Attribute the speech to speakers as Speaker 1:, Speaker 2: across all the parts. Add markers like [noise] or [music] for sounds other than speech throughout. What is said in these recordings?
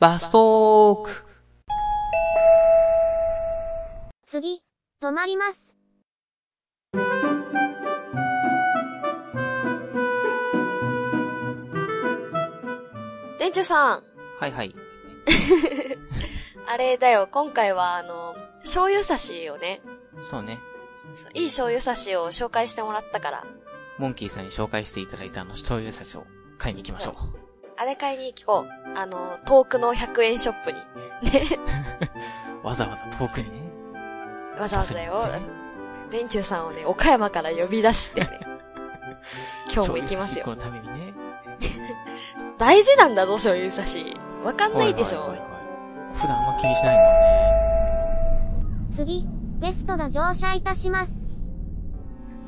Speaker 1: バストーク。
Speaker 2: 次、止まります。
Speaker 3: 店長さん、
Speaker 1: はいはい。
Speaker 3: あれだよ、今回はあの、醤油差しをね、
Speaker 1: そうね。
Speaker 3: そういい醤油差しを紹介してもらったから、
Speaker 1: モンキーさんに紹介していただいたあの醤油差しを買いに行きましょう。
Speaker 3: あれ買いに行こう。あの、遠くの100円ショップに。
Speaker 1: わざわざ遠くにね。
Speaker 3: わざわざよ、
Speaker 1: さ
Speaker 3: あ
Speaker 1: すがにね
Speaker 3: の、店長さんをね、岡山から呼び出して [laughs] ね。今日も行きます
Speaker 1: 醤油差し一
Speaker 3: よ。
Speaker 1: 個のためにね。
Speaker 3: 大事なんだぞ、醤油差し。わかんないでしょ。
Speaker 1: ほいほいほいほい普段あんま気にしないもんね。
Speaker 2: 次、テストが乗車いたします。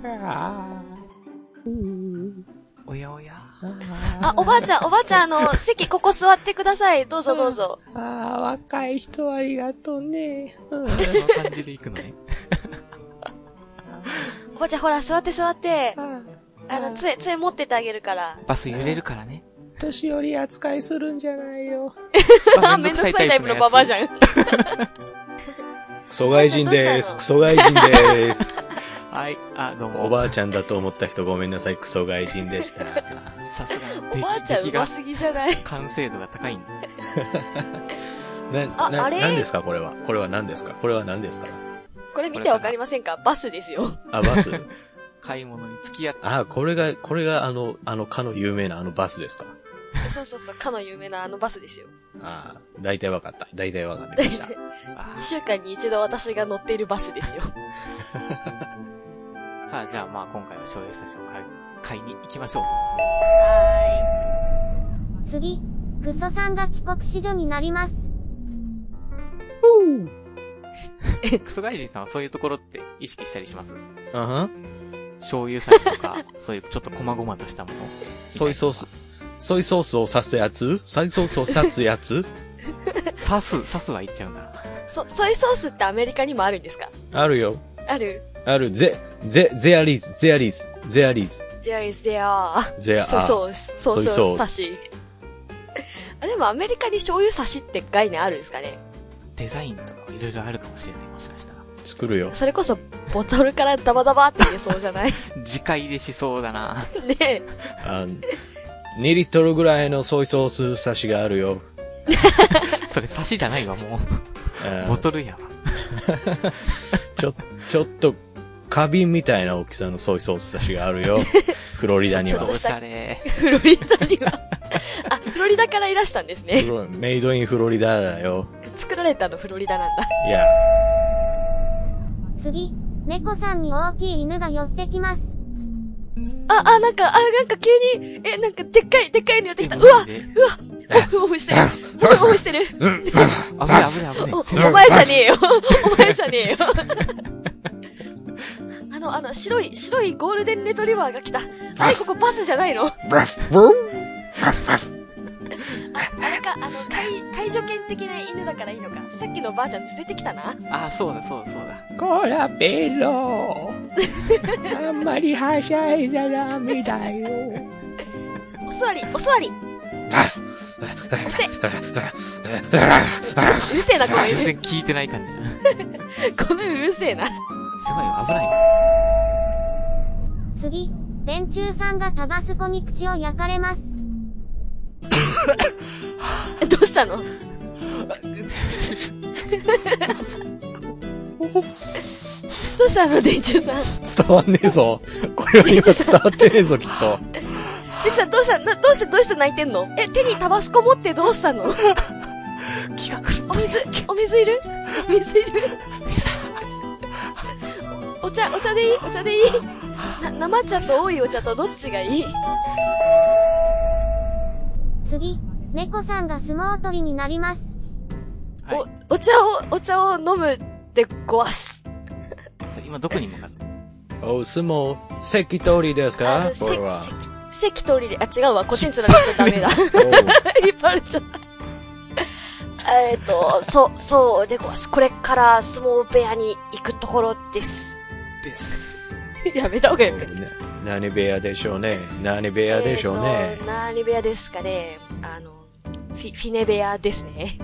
Speaker 1: おや
Speaker 3: [laughs]
Speaker 1: おや。
Speaker 3: あ、おばあちゃん、おばあちゃん、あの、席ここ座ってください。どうぞどうぞ。
Speaker 4: ああ、若い人ありがとうね。うん
Speaker 1: こんな感じで行くのね。
Speaker 3: おばあちゃん、ほら、座って座って。
Speaker 4: あ
Speaker 3: あ
Speaker 4: う
Speaker 3: の、
Speaker 4: ん
Speaker 3: 杖、杖持ってってあげるから。
Speaker 1: バス揺れるからね。
Speaker 4: ー年寄り扱いするんじゃないよ。
Speaker 3: [laughs] あ、 [laughs] めんどくさいタイプのババアじ
Speaker 1: ん。
Speaker 3: [laughs] ゃん。
Speaker 5: クソ外人で
Speaker 3: ど
Speaker 5: す。
Speaker 3: う
Speaker 5: クソ外人です。
Speaker 1: はい。あ、どうも。
Speaker 5: おばあちゃんだと思った人ごめんなさい。クソ外人でした。
Speaker 1: さすが
Speaker 3: おばあちゃん、うますぎじゃない
Speaker 1: 完成度が高いんだ。
Speaker 5: な、
Speaker 3: あ
Speaker 5: な、
Speaker 3: あれ
Speaker 5: 何ですかこれは。これは何ですかこれは何ですか
Speaker 3: これ見てわかりませんかバスですよ。
Speaker 5: あ、バ
Speaker 3: [laughs]
Speaker 5: ス
Speaker 1: 買い物に付き合って。
Speaker 5: あ、これが、これがあの、あの、かの有名なあのバスですか
Speaker 3: そうそうそう、かの有名なあのバスですよ。
Speaker 5: ああ、大体わかった。大体わかってき
Speaker 3: [laughs]
Speaker 5: ました。
Speaker 1: あ
Speaker 3: 2週間に一度私が乗っているバスですよ。 [laughs]
Speaker 1: ーさあ、じゃあまあ今回は醤油差しを買い買いに行きましょう。
Speaker 3: は
Speaker 2: 次、クソさんが帰国子女になります。
Speaker 1: クソ外人さんはそういうところって意識したりします
Speaker 5: うんはん
Speaker 1: 醤油差しと
Speaker 3: [laughs]
Speaker 1: か、そういうちょっと細々としたもの。
Speaker 5: ソイソース。ソイソースを刺すやつソイソースを刺すやつ
Speaker 1: 刺す、刺すは言っちゃうんだな。
Speaker 3: ーい。そ、ソイソースってアメリカにもあるんですか
Speaker 5: あるよ。
Speaker 3: ある
Speaker 5: ある。ゼ、ゼ、ゼアリーズ、ゼアリーズ、ゼアリーズ、
Speaker 3: ?There is there.
Speaker 5: ゼア、
Speaker 3: ソイ
Speaker 5: う。
Speaker 3: ソース、ソイ
Speaker 5: ソイ
Speaker 3: ソ
Speaker 5: ソ
Speaker 3: ー
Speaker 5: ース
Speaker 3: ス差し。 [laughs] あ、でもアメリカに醤油差しって概念あるんですかね
Speaker 1: デザインとかいろいろあるかもしれない、もしかしたら。
Speaker 5: 作るよ。
Speaker 3: それこそ、ボトルからダバダバって出そうじゃない [laughs]
Speaker 1: 次回でしそうだな。
Speaker 3: ねえ。
Speaker 5: あの、2リットルぐらいのソイソース差しがあるよ。
Speaker 1: それ刺しじゃないわ、もう。
Speaker 5: あー
Speaker 1: ボトルやわ。
Speaker 5: ちょ、ちょっと、花瓶みたいな大きさのソイソース差しがあるよ。フロリダに
Speaker 3: ちょ
Speaker 5: は
Speaker 3: っ
Speaker 1: お
Speaker 3: と。
Speaker 1: しゃれ。
Speaker 3: フロリダには。 [laughs] あ、フロリダからいらしたんですね。
Speaker 5: フロメイドインフロリダだよ。
Speaker 3: 作られたのフロリダなんだ。
Speaker 5: いや、
Speaker 2: 次、猫さんに大きい犬が寄ってきます。
Speaker 3: あ、あ、なんか、あ、なんか急に、え、なんかでっかい、でっかいの寄ってきた。うわ
Speaker 1: マジで
Speaker 3: オフオフ [laughs] してる。オフオフしてる。
Speaker 1: 危ない危ない危
Speaker 3: お、
Speaker 1: ない。
Speaker 3: お前じゃね [laughs] えよ。お前じゃねえよ。あの、あの、白い、白いゴールデンレトリバーが来た。あれ、ここバスじゃないのあ、あれか、あの、介、介助犬的な犬だからいいのか。さっきのばあちゃん連れてきたな。
Speaker 1: あー、そうだそうだそうだ。
Speaker 4: こら、ベロ。あんまりはしゃいじゃダメだよ。
Speaker 3: お座り、お座 [laughs] り。おせ。うるせえな、この
Speaker 1: 全
Speaker 3: [laughs] 犬。
Speaker 1: 然聞いてない感じじゃん。
Speaker 3: この犬うるせえな。
Speaker 1: 狭いわ、危ない
Speaker 3: [laughs]
Speaker 1: わ。
Speaker 2: 次、電柱さんがタバスコに口を焼かれます。
Speaker 3: どうしたのどうしたの、電柱さん。
Speaker 5: 伝わんねえぞ。これは今伝わってねえぞ、きっと。
Speaker 3: 電柱さん、どうしたなどうして、どうして泣いてんのえ、手にタバスコ持ってどうしたの
Speaker 1: 気が狂っ
Speaker 3: お水、お水いるお水
Speaker 5: [laughs]
Speaker 3: いるおお茶、お茶でいいお茶でいいな、生茶と多いお茶とどっちがいい
Speaker 2: 次、猫さんが相撲取りになります。
Speaker 1: た。はい
Speaker 3: お、お茶を、お茶を飲むでごわす。
Speaker 1: それ今どこに向かってる
Speaker 5: お相撲、関取りです
Speaker 3: あ
Speaker 5: か
Speaker 3: の、せ、
Speaker 5: こ
Speaker 3: せ
Speaker 5: れは。、
Speaker 3: 席通りで、あ、違うわ、こっちにつながっちゃダ
Speaker 5: [laughs]
Speaker 3: メだ。 [laughs] 引っ張れちゃった。えっと、そう、そうでごわす。これから相撲部屋に行くところ
Speaker 5: [laughs]
Speaker 3: です。
Speaker 1: です。
Speaker 3: やめた方が
Speaker 5: おうね何部屋でしょうね。何部屋でしょうね
Speaker 3: えー。と何部屋ですかね。あの、フィ、フィネベアですね。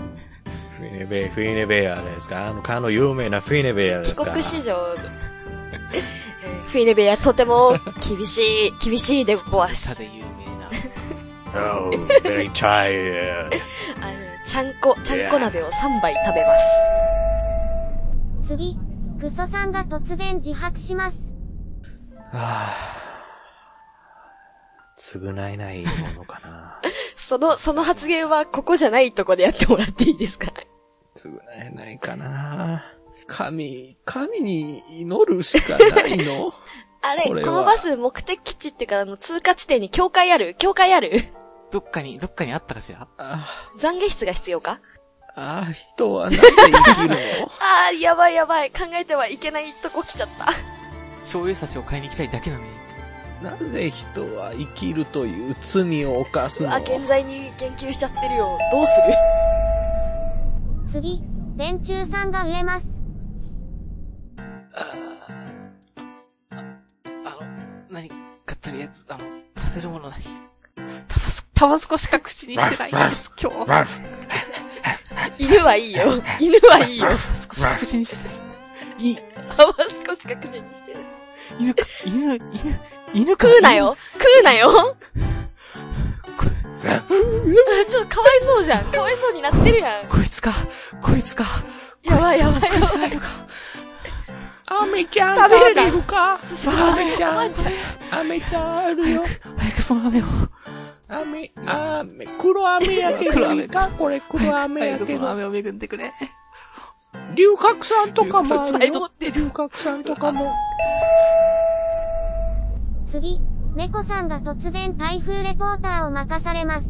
Speaker 5: フィネベ、フィネベアですかあの、かの有名なフィネベアで
Speaker 3: 帰
Speaker 5: すか
Speaker 3: 国子女。えーフィネベアとても厳 [laughs] しい、厳しいでご
Speaker 1: た。
Speaker 3: す
Speaker 1: で有名な。
Speaker 5: Oh, very tired. [sighs]
Speaker 3: あの、ちゃんこ、ちゃんこ鍋を3杯食べます。
Speaker 2: 次、クソさんが突然自白します。
Speaker 5: ああ。償えないものかな。
Speaker 3: その、その発言はここじゃないとこでやってもらっていいですか
Speaker 5: 償えないかな。神、神に祈るしかない [laughs] の
Speaker 3: [laughs] あれ
Speaker 5: これは
Speaker 3: このバス目的地っていうか、あの、通過地点に教会ある教会ある
Speaker 1: どっかに、どっかにあったかしら
Speaker 5: あ
Speaker 3: 懺悔室が必要か
Speaker 5: あ、ああ、人はなんで生きるの
Speaker 3: あー、やばいやばい。考えてはいけないとこ来ちゃった。
Speaker 1: 醤油差しを買いに行きたいだけなのに。
Speaker 5: [laughs] なぜ人は生きるという罪を犯すの
Speaker 3: あ、現在に言及しちゃってるよ。どうする [laughs]
Speaker 2: 次、電柱さんが植えます。
Speaker 1: あの、何買ったるやつ、あの、食べるもの何タバス、タバスコしか口にしてないんです、今日。タ
Speaker 3: 犬はいいよ。犬はい [laughs] いよ。
Speaker 1: バスコしか口にしてない。い、
Speaker 3: ハマスコしか口にしてない。
Speaker 1: 犬か、犬、犬、犬か。
Speaker 3: 食うなよ食うなよ
Speaker 1: こ
Speaker 3: ちょっとかわいそうじゃん。かわいそうになってるやん。
Speaker 1: こいつか、こいつか。
Speaker 3: やばいやばい
Speaker 1: こつか食いしないのか。
Speaker 4: アメちゃ
Speaker 3: 食
Speaker 4: ん
Speaker 3: べるな
Speaker 4: 食べれるかアメちゃ
Speaker 3: ワ
Speaker 4: ん
Speaker 3: ン、ちゃん。
Speaker 4: アメちゃんあるよ。
Speaker 1: 早くその飴を。
Speaker 4: アメ、アメ、黒アメやけ
Speaker 1: 黒
Speaker 4: どい
Speaker 1: 飴
Speaker 4: いかこれ黒アメ
Speaker 1: 早
Speaker 4: や
Speaker 1: く
Speaker 4: け
Speaker 1: その
Speaker 4: ど。
Speaker 1: 飴を恵んでくれ。
Speaker 4: 龍角散とかもある
Speaker 3: 龍角散持
Speaker 4: よ
Speaker 3: っ。
Speaker 4: 龍角散とかも。
Speaker 2: 次、猫さんが突然台風レポーターを任されます。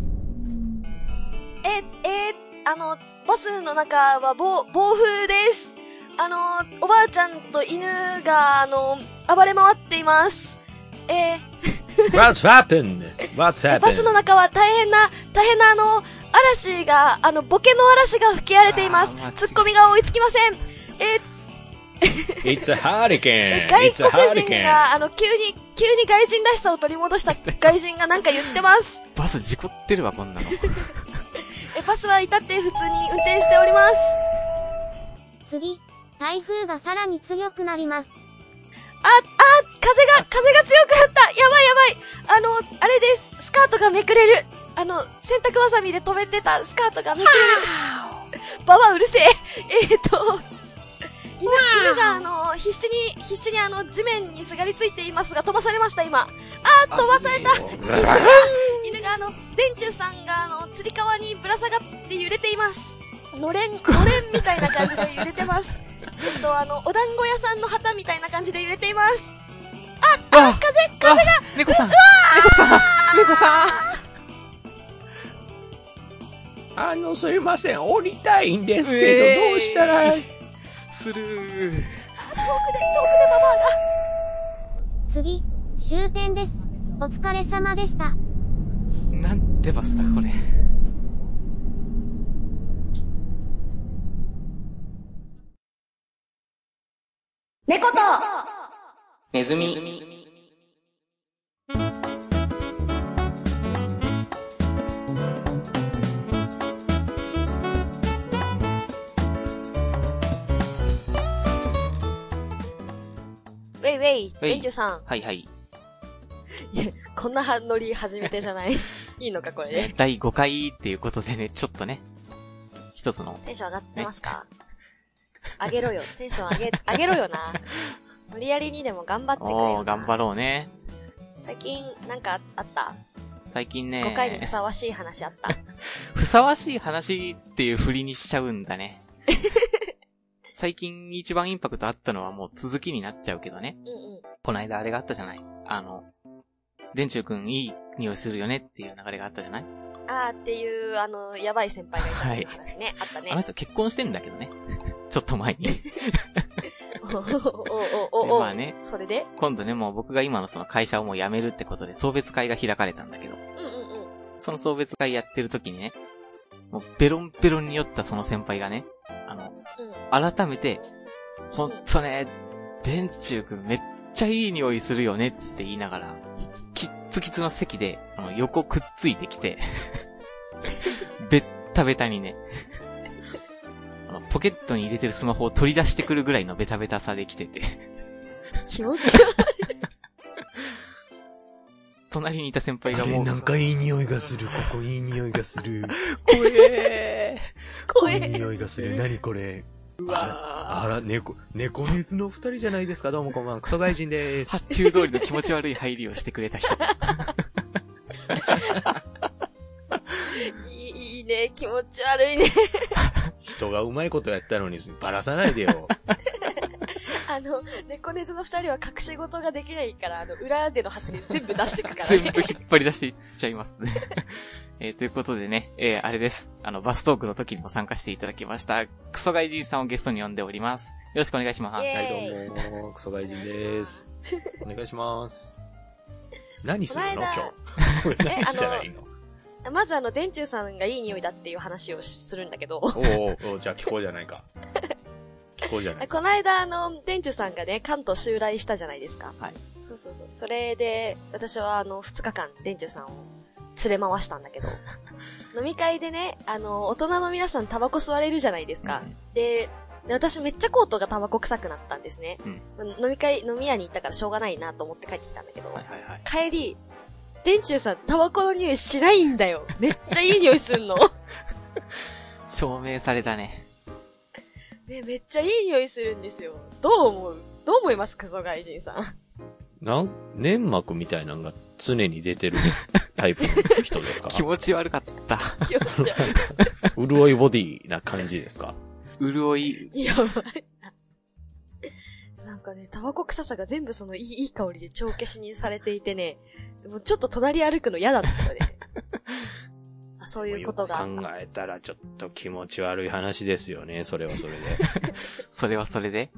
Speaker 3: え、えー、あの、バスの中は暴、暴風です。あの、おばあちゃんと犬が、あの、暴れ回っています。えー
Speaker 5: ?What's happened? What's
Speaker 3: [laughs] バスの
Speaker 5: happened?
Speaker 3: 中は大変な、大変なあの、嵐が、あの、ボケの嵐が吹き荒れています
Speaker 1: あー間違。い
Speaker 3: ツッコミが追いつきません。えー
Speaker 5: It's a hurricane.
Speaker 3: え
Speaker 5: It's a
Speaker 3: 外国人
Speaker 5: hurricane.
Speaker 3: が、あの、急に、急に外人らしさを取り戻した外人がなんか言ってます。
Speaker 1: バス事故ってるわ、こんなの。
Speaker 3: え、バスは至って普通に運転しております。
Speaker 2: 次、台風がさらに強くなります。
Speaker 3: あ、あ、風が、風が強くなったやばいやばいあの、あれですスカートがめくれるあの、洗濯わさみで止めてたスカートがめくれるババアうるせえ [laughs] えー、っと、犬、犬があの、必死に、必死にあの、地面にすがりついていますが、飛ばされました、今。あー、飛ばされた犬が、 [laughs] 犬があの、電柱さんがあの、釣り革にぶら下がって揺れています。の [laughs] れん、のれんみたいな感じで揺れて [laughs] ます。えっと、あの、お団子屋さんの旗みたいな感じで揺れています。
Speaker 1: あ風、風が猫さん猫さん猫さ
Speaker 4: あの、すいません、降りたいんですけど、
Speaker 1: えー
Speaker 4: どうしたら、
Speaker 1: んスルー。
Speaker 3: 遠くで、遠くでババアが。
Speaker 2: 次、終点です。お疲れ様でした。
Speaker 1: なんてバスだ、これ。
Speaker 6: ネズミ。
Speaker 3: ウェイウェイ、
Speaker 1: ェイ
Speaker 3: 店長さん。
Speaker 1: はいはい。
Speaker 3: こんなはノリ初めてじゃ [laughs] ない。いいのか、これで。
Speaker 1: 第5回っていうことでね、ちょっとね、一つの、
Speaker 3: テンション上がってますか上げろよ。テンション [laughs] 上げ、上げろよな。無理やりにでも頑張ってくれよ
Speaker 1: お
Speaker 3: な。
Speaker 1: ー、頑張ろうね。
Speaker 3: 最近、なんかあった、
Speaker 1: 最近ね、
Speaker 3: ?5 回にふさわしい話あ [laughs] った。
Speaker 1: ふさわしい話っていう振りにしちゃうんだ
Speaker 3: [laughs]
Speaker 1: ね。最近一番インパクトあったのはもう続きになっちゃうけどね。
Speaker 3: うんうん。
Speaker 1: こないだあれがあったじゃない。あの、電柱くんいい匂いするよねっていう流れがあったじゃない、
Speaker 3: あーっていう、あの、やばい先輩がいたっていう
Speaker 1: はい
Speaker 3: 話ね。あったね
Speaker 1: あの。人結婚してんだけどね。 [laughs] ちょっと前に。
Speaker 3: おおお
Speaker 1: で
Speaker 3: おおお。
Speaker 1: まあね
Speaker 3: それで
Speaker 1: 今度ね、もう僕が今のその会社をもう辞めるってことで送別会が開かれたんだけど、
Speaker 3: うんうんうん。
Speaker 1: その送別会やってる時にね、もうベロンベロンに酔ったその先輩がね、あの、
Speaker 3: うん。
Speaker 1: 改めて、ほんとね、電柱くんめっちゃいい匂いするよねって言いながら、キッツキツの席で、あの横くっついてきて、べっタ [laughs] ベタにね。あのポケットに入れてるスマホを取り出してくるぐらいのベタベタさで来てて。
Speaker 3: 気持ち悪い。
Speaker 1: 隣にいた先輩
Speaker 5: あ
Speaker 1: が
Speaker 5: れ
Speaker 1: もう、
Speaker 5: なんかいい匂いがする。ここいい匂いがする。 [laughs]
Speaker 1: 怖え
Speaker 3: 怖
Speaker 5: いい
Speaker 3: え。
Speaker 5: 匂いがする。何これ。あら、猫、猫ネズのお二人じゃないですか。どうもこんばんは。クソ大臣で
Speaker 1: ー
Speaker 5: す。
Speaker 1: 発注通りの気持ち悪い入りをしてくれた
Speaker 3: [laughs]
Speaker 1: 人。
Speaker 3: いい [laughs] いいね。気持ち悪いね。
Speaker 5: [laughs]
Speaker 3: [laughs]
Speaker 5: 人がうまいことやったのに、ばらさないで
Speaker 4: [laughs]
Speaker 5: よ。
Speaker 3: あの、猫ネズの二人は隠し事ができないから、あの、裏での発言全部出してくか
Speaker 1: [laughs]
Speaker 3: ら
Speaker 1: 全部
Speaker 3: ね。
Speaker 1: 引っ張り出していっちゃいますね。 [laughs] えーということでね、えーあれです。あの、バストークの時にも参加していただきました、クソガイジンさんをゲストに呼んでおります。よろしくお願いします。
Speaker 3: イエーイ
Speaker 5: はい、どうも、クソ外人です。お願いします。何する
Speaker 3: こ
Speaker 5: の今
Speaker 3: の間
Speaker 5: 日。 [laughs] こ
Speaker 4: [laughs]
Speaker 5: れ何したらいい
Speaker 3: [laughs]
Speaker 5: の
Speaker 3: まずあの、電柱さんがいい匂いだっていう話をするんだけど、
Speaker 5: おうおうおうじゃあ聞こうじゃない
Speaker 4: [laughs]
Speaker 5: か。聞こうじゃないか。
Speaker 3: この間あの、電柱さんがね、関東襲来したじゃないですか。
Speaker 1: はい。
Speaker 3: そうそうそう。それで、私はあの、二日間、電柱さんを連れ回したんだ
Speaker 1: [laughs]
Speaker 3: けど、飲み会でね、あの、大人の皆さんタバコ吸われるじゃないですか。
Speaker 1: うん
Speaker 3: で、で私めっちゃコートがタバコ臭くなったんですね。飲み会、飲み屋に行ったからしょうがないなと思って帰ってきたんだけど、
Speaker 1: はいはいはい。
Speaker 3: 帰り、電柱さんタバコの匂いしないんだよ。めっちゃいい匂いすん
Speaker 1: [laughs]
Speaker 3: の。
Speaker 1: 証明されたね。
Speaker 3: ね、めっちゃいい匂いするんですよ。どう思うどう思いますクソ外人さん。
Speaker 5: なん、粘膜みたいなのが常に出てるタイプの人ですか
Speaker 1: 気持ち悪かった。
Speaker 3: 気持ち悪
Speaker 5: 潤いボディな感じですか
Speaker 1: 潤い、
Speaker 3: い。やばいな。なんかね、タバコ臭さが全部そのいいいい香りで帳消しにされていてね、もうちょっと隣歩くの嫌だ
Speaker 5: [laughs]
Speaker 3: ったよね。あそういうことがあっ
Speaker 5: 考えたらちょっと気持ち悪い話ですよね、それはそれで。
Speaker 1: それはそれで。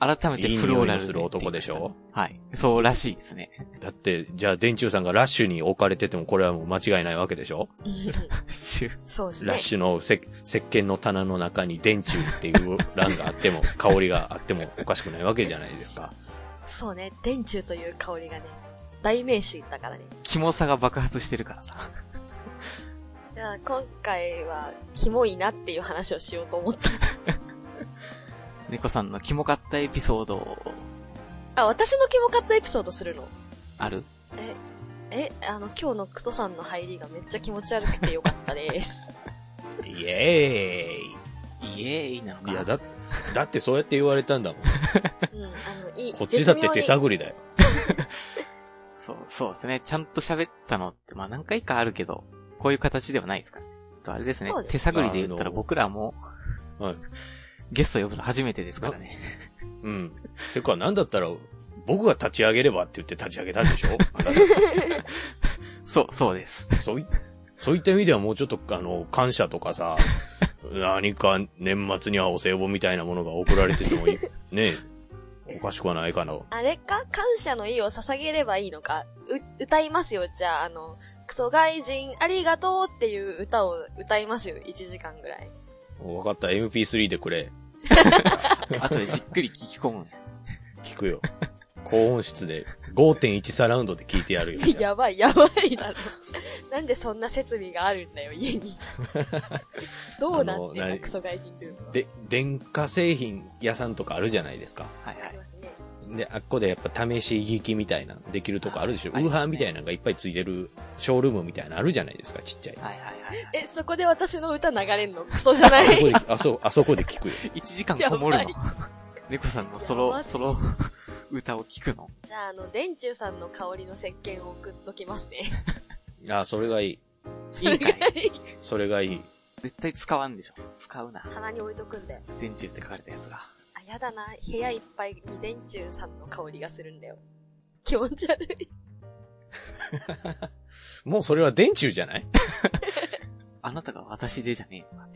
Speaker 1: 改めて
Speaker 5: いい
Speaker 1: フロ
Speaker 5: 匂
Speaker 1: ー
Speaker 5: い
Speaker 1: ラル
Speaker 5: をする男でしょ
Speaker 1: はい。そうらしいですね。 [laughs]
Speaker 5: だって、じゃあ電柱さんがラッシュに置かれててもこれはもう間違いないわけでしょ
Speaker 3: た。うん
Speaker 1: シュ
Speaker 3: そうです
Speaker 5: ラ
Speaker 3: ね
Speaker 5: ッ。シュのせ石鹸の棚の中に電柱っていう欄があっても、香りがあってもおかしくないわけじゃないですか。
Speaker 3: そうね、電柱という香りがね、代名詞だからね。
Speaker 1: キモさが爆発してるからさ。
Speaker 3: じゃあ今回は、キモいなっていう話をしようと思った。
Speaker 1: 猫さんのキモかったエピソード、
Speaker 3: あ、私のキモかったエピソードするの
Speaker 1: ある
Speaker 3: え、え、あの、今日のクソさんの入りがめっちゃ気持ち悪くてよかったです。
Speaker 5: [laughs] イエ
Speaker 1: イエーイなの
Speaker 5: ー
Speaker 1: か
Speaker 5: イい
Speaker 1: な
Speaker 5: や、だ、だってそうやって言われたんだもん。
Speaker 3: うん、あの、いい。
Speaker 5: こっちだって手
Speaker 3: 絶
Speaker 5: 探りだよ。
Speaker 1: そう、そうですね。ちゃんと喋ったのって、まあ何回かあるけど、こういう形ではないですから。とあれですね
Speaker 3: そうです
Speaker 1: 手探りで言ったら
Speaker 5: あの
Speaker 1: 僕らも
Speaker 5: はい。
Speaker 1: ゲスト呼ぶの初めてですからね。
Speaker 5: うん。てか、なんだったら、僕が立ち上げればって言って立ち上げたんでしょあな
Speaker 1: そう、そうです
Speaker 3: [laughs]
Speaker 5: た。そうい、そういった意味ではもうちょっと、あの、感謝とかさ、何か年末にはお歳暮みたいなものが送られててもいい、ねえおかしくはないかな。
Speaker 3: 妙にあれか感謝の意を捧げればいいのかう、歌いますよ。じゃあ、あの、クソ外人ありがとうっていう歌を歌いますよ。1時間ぐらい。
Speaker 5: わかった、MP3 でくれ。
Speaker 1: あとでじっくり聞き込む。
Speaker 5: 聞くよ。高音質で、5.1サラウンドで聞いてやるよ。
Speaker 3: [laughs] やばい、やばいだろ。 [laughs] なんでそんな設備があるんだよ、家
Speaker 5: [laughs]
Speaker 3: に。どうなって
Speaker 5: あ
Speaker 3: んの
Speaker 5: のな
Speaker 3: クソ外人ルームは。
Speaker 5: で、電化製品屋さんとかあるじゃないですか。
Speaker 1: はいは
Speaker 3: あり
Speaker 1: い。
Speaker 3: ますね。
Speaker 5: で、あっこでやっぱ試し聞きみたいな、できるとこあるでしょ。ウ
Speaker 1: ああり
Speaker 5: ー
Speaker 1: ますね
Speaker 5: ハーみたいなのがいっぱいついてるショールームみたいなのあるじゃないですか、ちっちゃい。あ
Speaker 1: はいはいはい。
Speaker 3: え、そこで私の歌流れんのクソじ
Speaker 5: [laughs]
Speaker 3: ゃない [laughs]
Speaker 5: そこで、あそ、あそこで聞くよ。
Speaker 1: 1時間こもるの
Speaker 3: やばい。
Speaker 1: 猫さんのソ
Speaker 3: やば
Speaker 1: ロ、
Speaker 3: い
Speaker 1: ソロ歌を聞くの。
Speaker 3: じゃあ、あの、電柱さんの香りの石鹸を送っときます
Speaker 5: [laughs]
Speaker 3: ね。
Speaker 5: あ、それがいい。
Speaker 1: いいんかい
Speaker 5: それがいい。
Speaker 1: 絶対使わんでしょ。使うな。
Speaker 3: 棚に置いとくんで。
Speaker 1: 電柱って書かれたやつが。
Speaker 3: あ、やだな。部屋いっぱいに電柱さんの香りがするんだよ。気持ち悪い。
Speaker 5: もうそれは電柱じゃない
Speaker 1: あなたが私でじゃねえわ。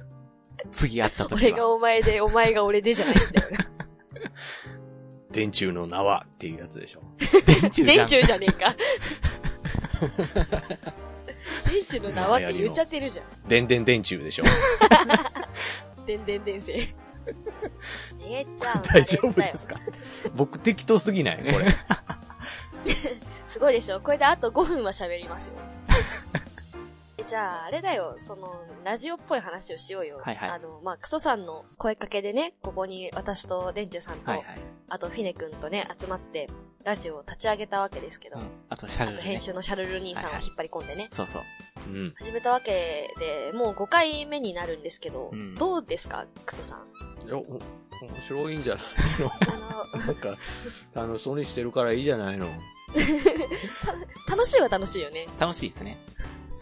Speaker 3: [laughs]
Speaker 1: 次会った時
Speaker 3: 俺が
Speaker 1: は。
Speaker 3: お前 [laughs] で、お前が俺でじゃないんだよな。
Speaker 5: 電柱の縄っていうやつでしょ。
Speaker 1: 電柱じ
Speaker 3: 電
Speaker 1: ゃん。
Speaker 3: 柱じゃねえ [laughs] か。電柱の縄って言っちゃってるじゃん。
Speaker 5: 電電電柱
Speaker 1: [laughs]
Speaker 5: でしょ。
Speaker 3: でんでん電線。えー、じゃあ、
Speaker 5: 大丈夫ですか僕適当すぎないこれ。
Speaker 1: [laughs] [laughs]
Speaker 3: すごいでしょこれであと5分は喋りますよ。えじゃあ、あれだよ、その、ラジオっぽい話をしようよ。
Speaker 1: はいはい
Speaker 3: あの、まあ、クソさんの声かけでね、ここに私とレンジュさんと、
Speaker 1: はいはい。
Speaker 3: あとフィネ君とね、集まって、ラジオを立ち上げたわけですけど、
Speaker 1: うん。あと、シャル
Speaker 3: あと
Speaker 1: ル
Speaker 3: 編
Speaker 1: ね。
Speaker 3: 集のシャルル兄さんを引っ張り込んでね、
Speaker 1: そうそう。
Speaker 5: うん。
Speaker 3: 始めたわけで、もう5回目になるんですけど、
Speaker 1: うん
Speaker 3: どうですか、クソさん。
Speaker 5: いや、お面白いんじゃない
Speaker 3: あの、
Speaker 5: の [laughs] なんか、楽しそうにしてるからいいじゃないの。
Speaker 3: 楽しいは楽しいよね。
Speaker 1: 楽しいですね。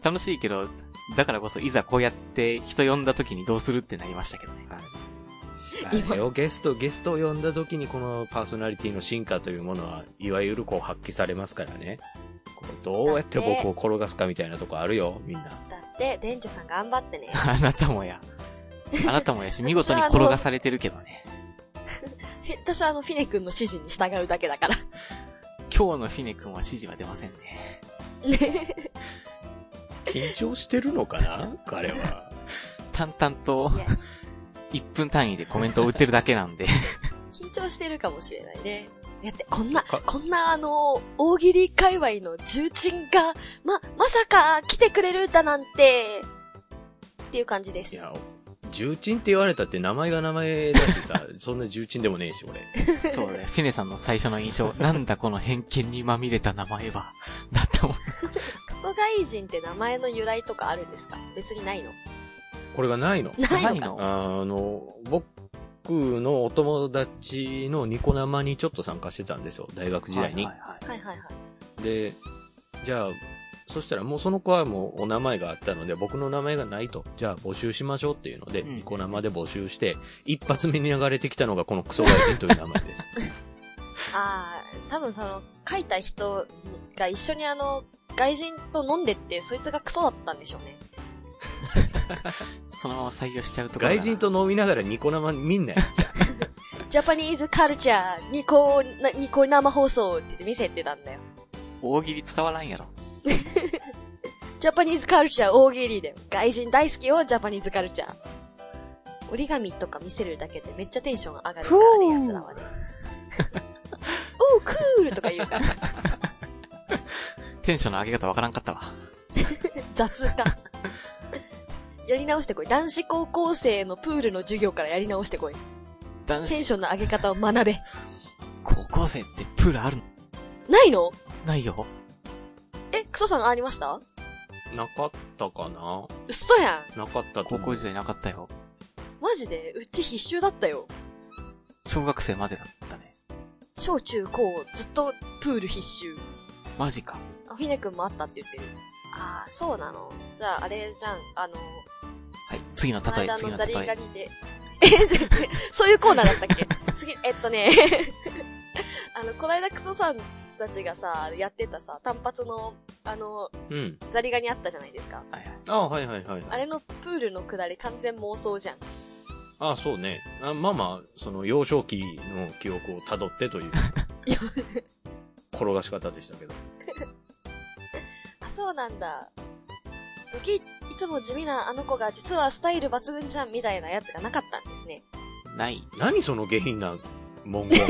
Speaker 1: 楽しいけど、だからこそ、いざこうやって人呼んだ時にどうするってなりましたけどね。。
Speaker 3: 今
Speaker 5: あれをゲスト、ゲストを呼んだ時にこのパーソナリティの進化というものは、いわゆるこう発揮されますからね。こうどうやって僕を転がすかみたいなとこあるよ、みんな。
Speaker 3: だって、レンジュさん頑張ってね
Speaker 1: あなたもや。あなたもや
Speaker 3: [laughs]
Speaker 1: し、見事に転がされてるけどね。
Speaker 3: フィ [laughs] 私はあの、フィネ君の指示に従うだけだから。 [laughs]
Speaker 1: 今日のフィネ君は指示は出ませんね。
Speaker 5: 緊張してるのかな彼は。
Speaker 1: 淡々と
Speaker 3: いや、
Speaker 1: 1分単位でコメントを打ってるだけなんで。 [laughs]
Speaker 3: 緊張してるかもしれないね。だって、こんな、
Speaker 5: か
Speaker 3: こんなあの、大喜利界隈の重鎮が、ま、まさか来てくれるだなんて、っていう感じで
Speaker 5: い
Speaker 3: す。
Speaker 5: や、重鎮って言われたって名前が名前だしさ、そんな重鎮でもねえし、俺。
Speaker 1: そうね。フィネさんの最初の印象、なんだこの偏見にまみれた名前は、だったもん。
Speaker 3: クソ外人って名前の由来とかあるんですか別にないの。
Speaker 5: これがないの。
Speaker 3: ないのか
Speaker 1: の
Speaker 5: あの、僕のお友達のニコ生にちょっと参加してたんですよ、大学時代に。
Speaker 1: はいはいはい
Speaker 3: はいはいはい。
Speaker 5: で、じゃあ、そしたらもうその子はもうお名前があったので、僕の名前がないと、じゃあ募集しましょうっていうので、
Speaker 1: うん
Speaker 5: ニコ生で募集して、一発目に流れてきたのがこのクソガイという名前です。
Speaker 3: ああ、多分その、書いた人が一緒にあの、外人と飲んでって、そいつがクソだったんでしょうね。
Speaker 1: そのまま採用しちゃ [laughs] うところだな
Speaker 5: 外人と飲みながらニコ生見んなよ。
Speaker 3: ジャパニーズカルチャー、ニコ、なニコ生放送って言って見せてたんだよ。
Speaker 1: 大喜利伝わらんやろ。
Speaker 3: ジャパニーズカルチャー大喜利だよ。外人大好きよ、ジャパニーズカルチャー。折り紙とか見せるだけでめっちゃテンションが上がるからね、奴らはね。おう、クールとか言うから、
Speaker 1: テンションの上げ方わからんかったわ。
Speaker 3: 雑か。 [laughs] やり直してこい。男子高校生のプールの授業からやり直してこい。
Speaker 1: 男
Speaker 3: テン
Speaker 1: 子
Speaker 3: ションの上げ方を学べ。
Speaker 1: 高校生ってプールあるの
Speaker 3: ないの
Speaker 1: ないよ。
Speaker 3: え、クソさんありました
Speaker 5: なかったかな
Speaker 3: 嘘やん。
Speaker 5: なかったと
Speaker 1: 高
Speaker 5: 思う
Speaker 1: 校時代なかったよ。
Speaker 3: マジで、うち必修だったよ。
Speaker 1: 小学生までだったね。
Speaker 3: 小中高、ずっとプール必修。
Speaker 1: マジか。
Speaker 3: あ、フィネ君もあったって言ってる。ああ、そうなの。じゃあ、あれじゃん、あの、
Speaker 1: はい。次の
Speaker 3: この
Speaker 1: 例え、
Speaker 3: 間
Speaker 1: 次
Speaker 3: の
Speaker 1: の
Speaker 3: ザリ
Speaker 1: 例
Speaker 3: ガ
Speaker 1: え。
Speaker 3: ニで。 [laughs] え、そういうコーナーだったっけ次、えっとね、 [laughs] あの、こないだクソさんたちがさ、やってたさ、単発の、あの、
Speaker 5: うん。
Speaker 3: ザリガニあったじゃないですか。
Speaker 1: はいはい。
Speaker 5: ああ、はいはいはい。
Speaker 3: あれのプールの下り完全妄想じゃん。
Speaker 5: ああ、そうね。あまあまあ、その幼少期の記憶を辿っ
Speaker 3: [laughs]
Speaker 5: てという
Speaker 3: や
Speaker 5: 転がし方でしたけど。
Speaker 3: あ、そうなんだ。時、いつも地味なあの子が実はスタイル抜群じゃんみたいなやつがなかったんですね。
Speaker 1: ない。
Speaker 5: 何その下品な文言。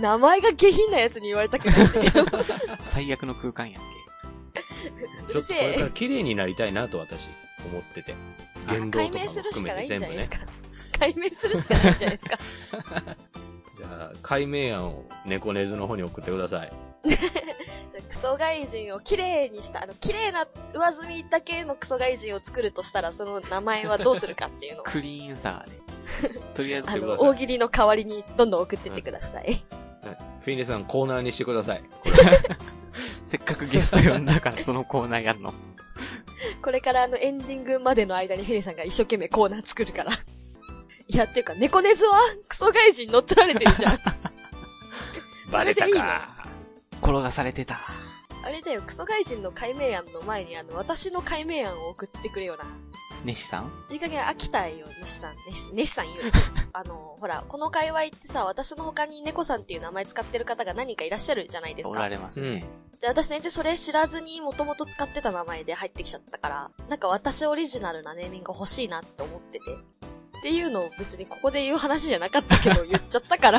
Speaker 3: 名前が下品なやつに言われたくないんだけど。
Speaker 1: 最悪の空間やんけ。。
Speaker 5: ちょっとこれから綺麗になりたいなと私、思ってて。言動
Speaker 3: [laughs] 解
Speaker 5: とかも
Speaker 3: 明するしか
Speaker 5: 含
Speaker 3: な
Speaker 5: め
Speaker 3: いん
Speaker 5: て
Speaker 3: じゃ
Speaker 5: 全
Speaker 3: な
Speaker 5: 部
Speaker 3: いです
Speaker 5: ね。
Speaker 3: か。解明するしかないんじゃないですか。
Speaker 5: じゃあ、解明案を猫根ズの方に送ってください。
Speaker 3: クソ外人を綺麗にした、あの、綺麗な上積みだけのクソ外人を作るとしたら、その名前はどうするかっていうのを
Speaker 1: クリーンさが
Speaker 3: [laughs]
Speaker 1: ね。とりあえ
Speaker 3: あ
Speaker 1: ず、
Speaker 3: の、大喜利の代わりにどんどん送ってってください。
Speaker 5: フィンレさんコーナーにしてください。
Speaker 1: せっかくゲスト呼んだ
Speaker 3: [laughs]
Speaker 1: からそのコーナーやるの。
Speaker 3: これからあのエンディングまでの間にフィリーさんが一生懸命コーナー作るから。 [laughs] いや、っていうか、猫ネズはクソ外人乗っ取られてるじゃん。
Speaker 5: バレた
Speaker 3: それでいい
Speaker 5: か。
Speaker 1: 転がされてた。
Speaker 3: [laughs] あれだよ、クソ外人の解明案の前にあの、私の解明案を送ってくれよな。
Speaker 1: ネシさん
Speaker 3: いい加減飽きたいよ、ネシさん。ネシ、ネシさん言う [laughs] の。あの、ほら、この界隈ってさ、私の他に猫さんっていう名前使ってる方が何人かいらっしゃるじゃないです
Speaker 1: お。
Speaker 3: から
Speaker 1: れますね。
Speaker 3: で私全然それ知らずにもともと使ってた名前で入ってきちゃったから、なんか私オリジナルなネーミング欲しいなって思ってて。っていうのを別にここで言う話じゃなかったけど言っちゃった [laughs] から。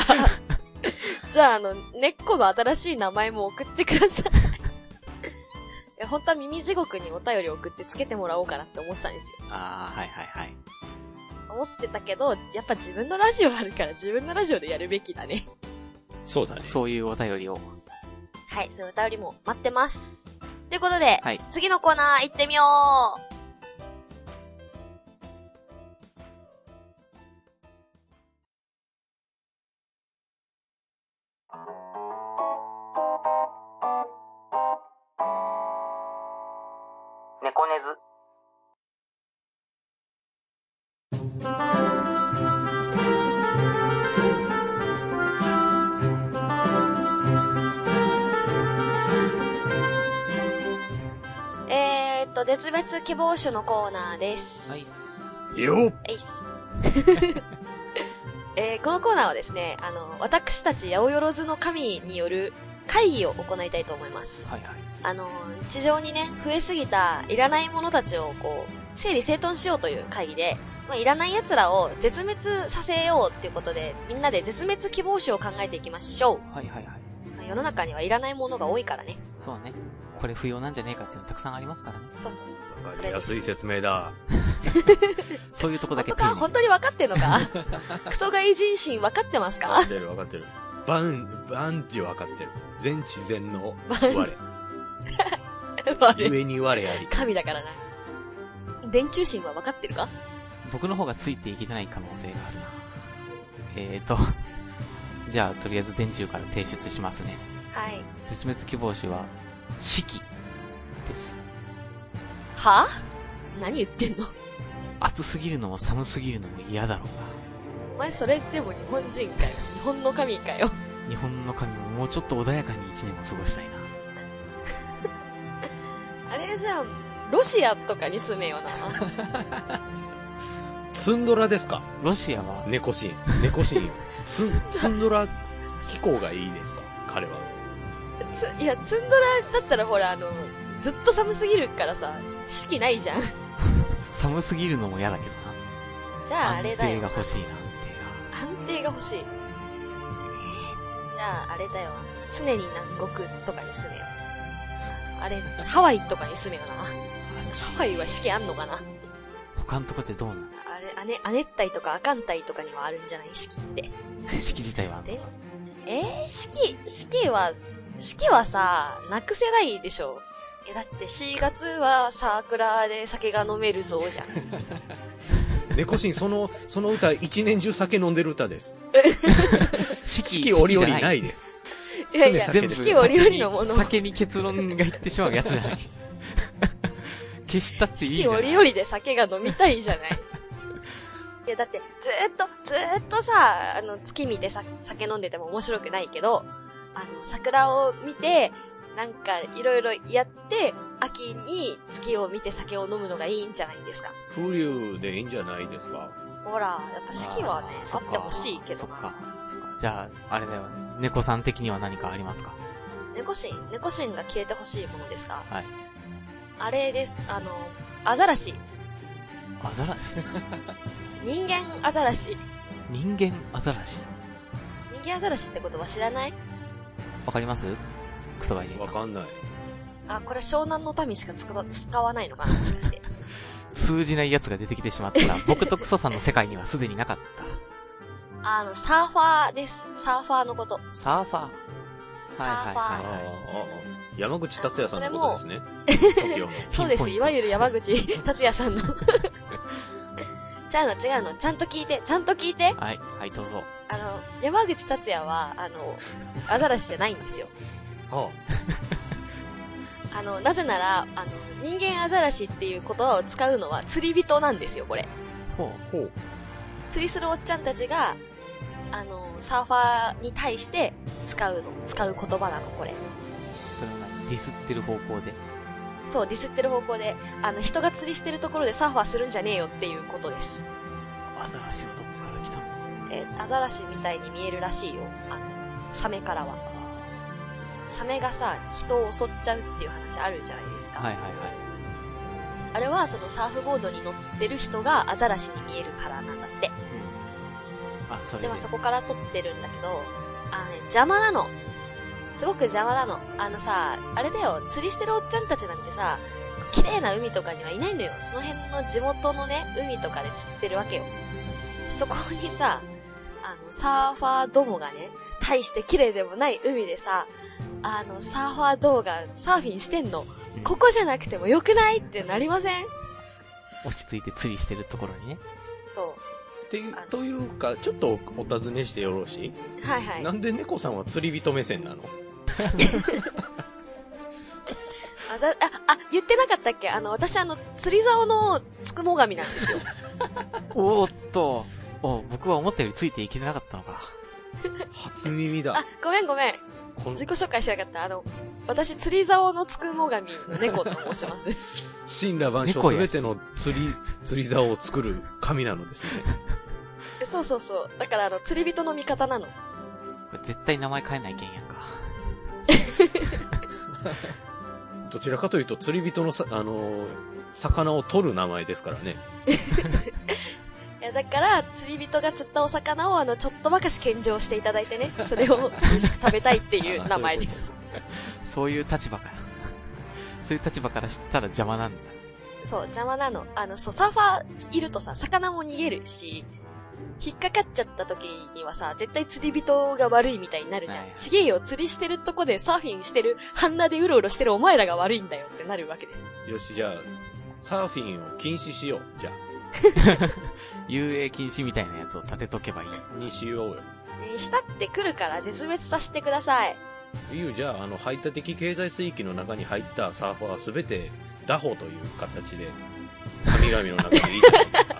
Speaker 3: じゃああの、根っこの新しい名前も送ってください。や、本当は耳地獄にお便り送ってつけてもらおうかなって思ってたんですよ。
Speaker 1: ああ、はいはいはい。
Speaker 3: 思ってたけど、やっぱ自分のラジオあるから自分のラジオでやるべきだね。
Speaker 5: そうだね。
Speaker 1: そういうお便りを。
Speaker 3: はい、そういうお便りも待ってます。ということで、
Speaker 1: はい
Speaker 3: 次のコーナー行ってみよう
Speaker 6: 猫ねず。
Speaker 3: えーっと、絶滅希望種のコーナーです。
Speaker 1: はい。
Speaker 3: [laughs]
Speaker 5: よっ
Speaker 3: えいっす。えーこのコーナーはですね、あの、私たち八百万の神による会議を行いたいと思います。
Speaker 1: はいはい。
Speaker 3: あの、地上にね、増えすぎたいらないものたちをこう、整理整頓しようという会議で、まあ、いらない奴らを絶滅させようっていうことで、みんなで絶滅希望種を考えていきましょ
Speaker 1: はいはいはい。
Speaker 3: う。まあ世の中にはいらないものが多いからね。
Speaker 1: そうね。これ不要なんじゃねえかっていうのたくさんありますからね。
Speaker 3: そうそうそうそう。
Speaker 5: わ
Speaker 3: そ
Speaker 5: か
Speaker 3: れ
Speaker 5: り
Speaker 3: で
Speaker 5: や
Speaker 3: す
Speaker 5: すい説明だ。
Speaker 1: そういうとこだ
Speaker 3: 本
Speaker 1: け
Speaker 3: 当か本当に分かってんのか
Speaker 1: [laughs]
Speaker 3: クソガイ人心分かってます
Speaker 5: わ
Speaker 3: か
Speaker 5: かってるわかってる。万、万事わかってる。全知全能。
Speaker 3: 万
Speaker 5: 我。上に我あり。
Speaker 3: 神だからな。電柱神は分かってるか
Speaker 1: 僕の方がついていけてない可能性があるな。えーと、 [laughs] じゃあとりあえず電柱から提出しますね。
Speaker 3: はい。
Speaker 1: 絶滅希望種は、四季です。
Speaker 3: は何言ってんの
Speaker 1: 暑すぎるのも寒すぎるのも嫌だろう
Speaker 3: お前それでも日本人かよ。日本の神かよ。
Speaker 1: が。日本の神ももうちょっと穏やかに一年を過ごしたいな。
Speaker 3: あれじゃあ、ロシアとかに住めよな。
Speaker 5: ツンドラですか
Speaker 1: ロシアは、
Speaker 5: 猫シーン。猫シーン。ツン、ツンドラ気候がいいですか彼は。
Speaker 3: ついや、ツンドラだったらほら、あの、ずっと寒すぎるからさ、知識ないじゃん。
Speaker 1: 寒すぎるのも嫌だけど
Speaker 3: じゃ
Speaker 1: な。
Speaker 3: ああれ
Speaker 1: 安
Speaker 3: だ
Speaker 1: 定
Speaker 3: よ
Speaker 1: が。欲しいな、安
Speaker 3: 安定が欲しい。えー、じゃああれだよ。常に南国とかに住めよ。あれ、ハワイとかに住めよ
Speaker 1: 定が。
Speaker 3: な。
Speaker 1: あっち
Speaker 3: ハ。ワイは四季あんのかな
Speaker 1: 他のとこってどうなの
Speaker 3: あれ、アネ、アネッタイとかアカンタイとかにはあるんじゃない四季って。
Speaker 1: 四季自体はあんの
Speaker 3: でえー、四季、四季は、四季はさ、なくせないでしょ。え、だって4月は桜で酒が飲めるそうじゃん。
Speaker 5: 猫シーン、その、その歌、一年中酒飲んでる歌です。
Speaker 1: 四
Speaker 5: 四季折々
Speaker 1: 四季じゃ
Speaker 5: ないです。
Speaker 3: いやいや、
Speaker 5: 常
Speaker 1: 全部
Speaker 5: 酒
Speaker 3: 四季折々のもの。四
Speaker 1: 酒に結論がいってしまうやつじ
Speaker 3: [laughs]
Speaker 1: ゃない。消したっていいじ
Speaker 3: 季
Speaker 1: ゃない
Speaker 3: 折々で酒が飲みたいじゃ
Speaker 1: [laughs]
Speaker 3: ない。いや、だって、ずーっと、ずーっとさ、あの、月見てさ、酒飲んでても面白くないけど、あの、桜を見て、なんか、いろいろやって、秋に月を見て酒を飲むのがいいんじゃないですか。
Speaker 5: 風流でいいんじゃないですか
Speaker 3: ほら、やっぱ四季はね、あってほしいけど
Speaker 1: そっ
Speaker 3: な。
Speaker 1: か。そっかじゃあ、あれだよ。猫さん的には何かありますか
Speaker 3: 猫神、猫神が消えてほしいものですか
Speaker 1: はい。
Speaker 3: あれです、あの、アザラシ。
Speaker 1: アザラシ
Speaker 3: 人間アザラシ。
Speaker 1: 人間アザラシ。
Speaker 3: 人間アザラシってことは知らない
Speaker 1: わかりますクソガイジン
Speaker 5: わ
Speaker 1: さん。
Speaker 5: かんない。
Speaker 3: あ、これ湘南の民しか使わ使わないのかなもしかして。
Speaker 1: 通じないやつが出てきてしまった
Speaker 3: [laughs]
Speaker 1: ら、僕とクソさんの世界にはすでになかった。
Speaker 3: あの、サーファーです。サーファーのこと。
Speaker 1: サーファー。はい
Speaker 5: あ
Speaker 1: はい
Speaker 5: ー
Speaker 1: は
Speaker 5: あ
Speaker 1: い、はい。
Speaker 5: ー、山口達也さんのことですね。TOKIO の。
Speaker 3: そう
Speaker 1: ピ
Speaker 3: で
Speaker 1: ンポ
Speaker 3: す。
Speaker 1: イン
Speaker 3: い
Speaker 1: ト
Speaker 3: わゆる山口達也さんの。 [laughs] じゃあの、違うの。ちゃんと聞いて、ちゃんと聞いて。
Speaker 1: はい、はい、どうぞ。
Speaker 3: あの、山口達也は、あの、アザラシじゃないんですよ。
Speaker 5: あ
Speaker 3: [laughs] あの、なぜなら、あの、人間アザラシっていう言葉を使うのは釣り人なんですよ、これ。
Speaker 1: ほ
Speaker 5: あ、ほう。
Speaker 3: 釣りするおっちゃんたちが、あの、サーファーに対して使うの、使う言葉なの、これ。
Speaker 1: う。それは何ディスってる方向で。
Speaker 3: そう、ディスってる方向で、あの、人が釣りしてるところでサーファーするんじゃねえよっていうことです。
Speaker 1: アザラシはどこから来たの
Speaker 3: えーアザラシみたいに見えるらしいよ。あの、サメからは。サメがさ、人を襲っちゃうっていう話あるじゃないですか。
Speaker 1: はいはいはい。
Speaker 3: あれは、そのサーフボードに乗ってる人がアザラシに見えるからなんだって。
Speaker 1: あ、それで。
Speaker 3: でまあそこから撮ってるんだけど、あのね、邪魔なの。すごく邪魔なの。あのさ、あれだよ、釣りしてるおっちゃんたちなんてさ、綺麗な海とかにはいないのよ。その辺の地元のね、海とかで釣ってるわけよ。そこにさ、あの、サーファーどもがね、大して綺麗でもない海でさ、あの、サーファーどもがサーフィンしてんの
Speaker 1: うん。
Speaker 3: ここじゃなくても良くないってなりません
Speaker 1: 落ち着いて釣りしてるところにね。
Speaker 3: そ
Speaker 5: ていうというか、ちょっとお尋ねしてよろしい、
Speaker 3: う。はいはい。
Speaker 5: なんで猫さんは釣り人目線なの
Speaker 3: あ、だ、あ、あ、言ってなかったっけあの、私あの、釣り竿のつくもがみなんですよ。
Speaker 1: おーっと。お僕は思ったよりついていけてなかったのか。
Speaker 5: 初耳だ
Speaker 3: あ。、ごめんごめん。
Speaker 5: この
Speaker 3: 自己紹介しなかった。あの、私、釣り竿のつくもがみの猫と申します。
Speaker 5: 神羅万象
Speaker 1: 猫
Speaker 5: す
Speaker 1: や
Speaker 5: べ
Speaker 1: して
Speaker 5: の釣り、釣り竿を作る神なのですね。
Speaker 3: えそうそうそう。だから、あの、釣り人の味方なの。
Speaker 1: これ絶対名前変えないけんやんか。
Speaker 5: どちらかというと釣り人のさ、あのー魚を取る名前ですからね。
Speaker 3: いや、だから、釣り人が釣ったお魚を、あの、ちょっとばかし献上していただいてね、それを美味しく食べたいっていう名前です。
Speaker 1: そういう立場から。 [laughs] そういう立場からしたら邪魔なんだ。
Speaker 3: そう、邪魔なの。あの、そう、サーファーいるとさ、魚も逃げるし、引っかかっちゃった時にはさ、絶対釣り人が悪いみたいになるじゃん
Speaker 1: はい。
Speaker 3: ちげえよ、釣りしてるとこでサーフィンしてる、半裸でうろうろしてるお前らが悪いんだよってなるわけです。
Speaker 5: よし、じゃあ、サーフィンを禁止しよう。じゃ
Speaker 1: 遊泳禁止みたいなやつを立てとけばいい。
Speaker 5: あ、にしようよ。
Speaker 3: えーしたって来るから絶滅させてください。
Speaker 5: いいよじゃあ、あの、排他的経済水域の中に入ったサーファーはすべて、打法という形で、神々の中でいいじゃないですか。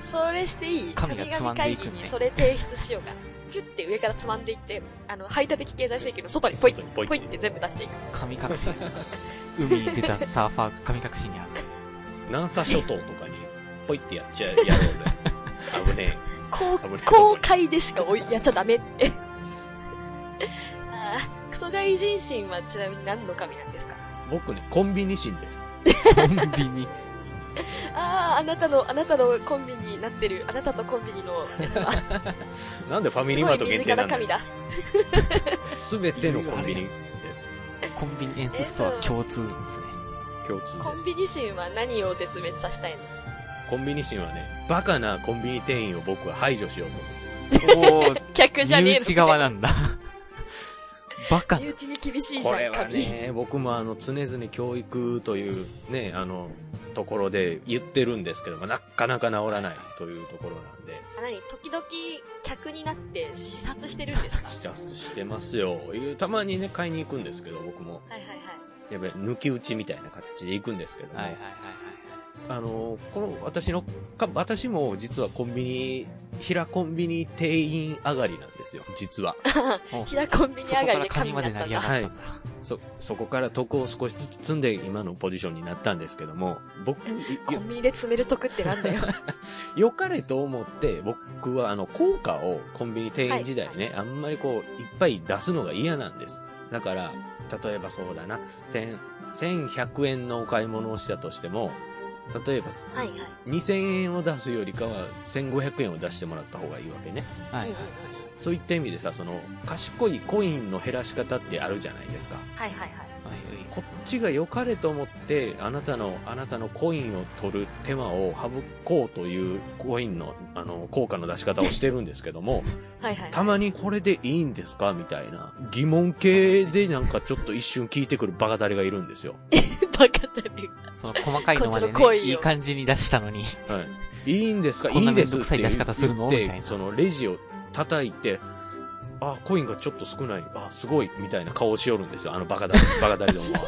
Speaker 3: それしていい
Speaker 1: 神
Speaker 3: 神
Speaker 1: が
Speaker 3: 々
Speaker 1: つまんでい
Speaker 3: 会
Speaker 1: く
Speaker 3: 議
Speaker 1: んね
Speaker 3: にそれ提出しようか。ピュって上からつまんでいって、あの、排他的経済制規の外に [laughs] ポイッ、
Speaker 5: ポイッ
Speaker 3: ポイって全部出していく。
Speaker 1: 神隠 [laughs] し。海に出たサーファー、神隠しにある。
Speaker 5: 南沙諸島とかに、ポイってやっちゃ、やろうぜ。
Speaker 3: [laughs]
Speaker 5: 危ね
Speaker 3: 公
Speaker 5: 危ない
Speaker 3: 公開でしかおいやっちゃダメ [laughs] って。あークソガイ人神はちなみに何の神なんですか
Speaker 5: え。僕ね、コンビニ神です。
Speaker 1: コンビニ。
Speaker 3: ああ、あなたの、あなたのコンビニになってる、あなたとコンビニのやつは、す
Speaker 5: なんでファ
Speaker 3: ご
Speaker 5: ミ
Speaker 3: い
Speaker 5: リーマート
Speaker 3: 身
Speaker 5: 限
Speaker 3: 近
Speaker 5: 定な
Speaker 3: なん
Speaker 5: だ
Speaker 3: 神だ。
Speaker 5: すべてのコンビニです。
Speaker 1: コンビニエンスストア共通ですね。
Speaker 5: 共通です
Speaker 3: コ。ンビニ神は何を絶滅させたいの
Speaker 5: コンビニ神はね、バカなコンビニ店員を僕は排除しようと。
Speaker 1: お [laughs] ー、
Speaker 3: 客じゃねえ
Speaker 1: 身
Speaker 3: の
Speaker 1: 内側なん [laughs] だ。バカ
Speaker 3: 身
Speaker 1: な。
Speaker 3: 内に厳しいじ
Speaker 5: こ
Speaker 3: ゃ
Speaker 5: れ
Speaker 3: ん、
Speaker 5: は
Speaker 3: 神。
Speaker 5: ね、僕もあの、常々教育というね、あの、ところで言ってるんですけども、なかなか治らないというところなんで、
Speaker 3: あ、なに、時々客になって視察してるんですか [laughs]
Speaker 5: 視察してますよ。いうたまにね、買いに行くんですけど、僕も、
Speaker 3: はいはいはい。
Speaker 5: やっぱり抜き打ちみたいな形で行くんですけども、
Speaker 1: はいはいはい
Speaker 5: あの、この、私の、か私も実はコンビニ、平コンビニ店員上がりなんですよ、実は。
Speaker 1: はい。お
Speaker 3: 平コンビニ
Speaker 1: そこか
Speaker 3: 上がり
Speaker 1: ら
Speaker 3: で
Speaker 1: 神
Speaker 3: 神
Speaker 1: ま
Speaker 3: にな
Speaker 1: で
Speaker 3: っ
Speaker 1: 成
Speaker 3: た
Speaker 1: り
Speaker 3: ん
Speaker 1: 上が
Speaker 3: だ。
Speaker 1: ったんだ。
Speaker 5: そ、そこから徳を少しずつ積んで今のポジションになったんですけども、僕、
Speaker 3: コンビニで詰める得ってなんだよ。
Speaker 5: 良かれと思って、僕はあの、効果をコンビニ店員時代ね、あんまりこう、いっぱい出すのが嫌なんです。だから、例えばそうだな、千、千百円のお買い物をしたとしても、例えば、
Speaker 3: はいはい。
Speaker 5: 2000円を出すよりかは、1500円を出してもらった方がいいわけね。
Speaker 1: はい
Speaker 3: うん
Speaker 1: はい。
Speaker 5: そういった意味でさ、その、賢いコインの減らし方ってあるじゃないですか。
Speaker 3: はいはいは
Speaker 1: はい
Speaker 3: い。
Speaker 1: はい
Speaker 5: こっちが良かれと思って、あなたの、あなたのコインを取る手間を省こうというコインの、あの、効果の出し方をしてるんですけども、
Speaker 3: はい [laughs] はい。
Speaker 5: たまにこれでいいんですかみたいな疑問系でなんかちょっと一瞬聞いてくるバカタレがいるんですよ。
Speaker 3: バカだね。
Speaker 1: その細かいのまで
Speaker 3: こっちの
Speaker 1: ね、
Speaker 3: 恋を
Speaker 1: いい感じに出したのに。 [laughs]
Speaker 5: はい。いいんですか
Speaker 1: こんない
Speaker 5: いで
Speaker 1: めんど
Speaker 5: す
Speaker 1: く
Speaker 5: っ
Speaker 1: さい
Speaker 5: て
Speaker 1: 出し方するの
Speaker 5: 言って
Speaker 1: みたいな
Speaker 5: そのレジを叩いて、あ、コインがちょっと少ない。あ、すごい。みたいな顔をしよるんですよ。あのバカタレ、バカタ
Speaker 3: [laughs]
Speaker 5: レどもは。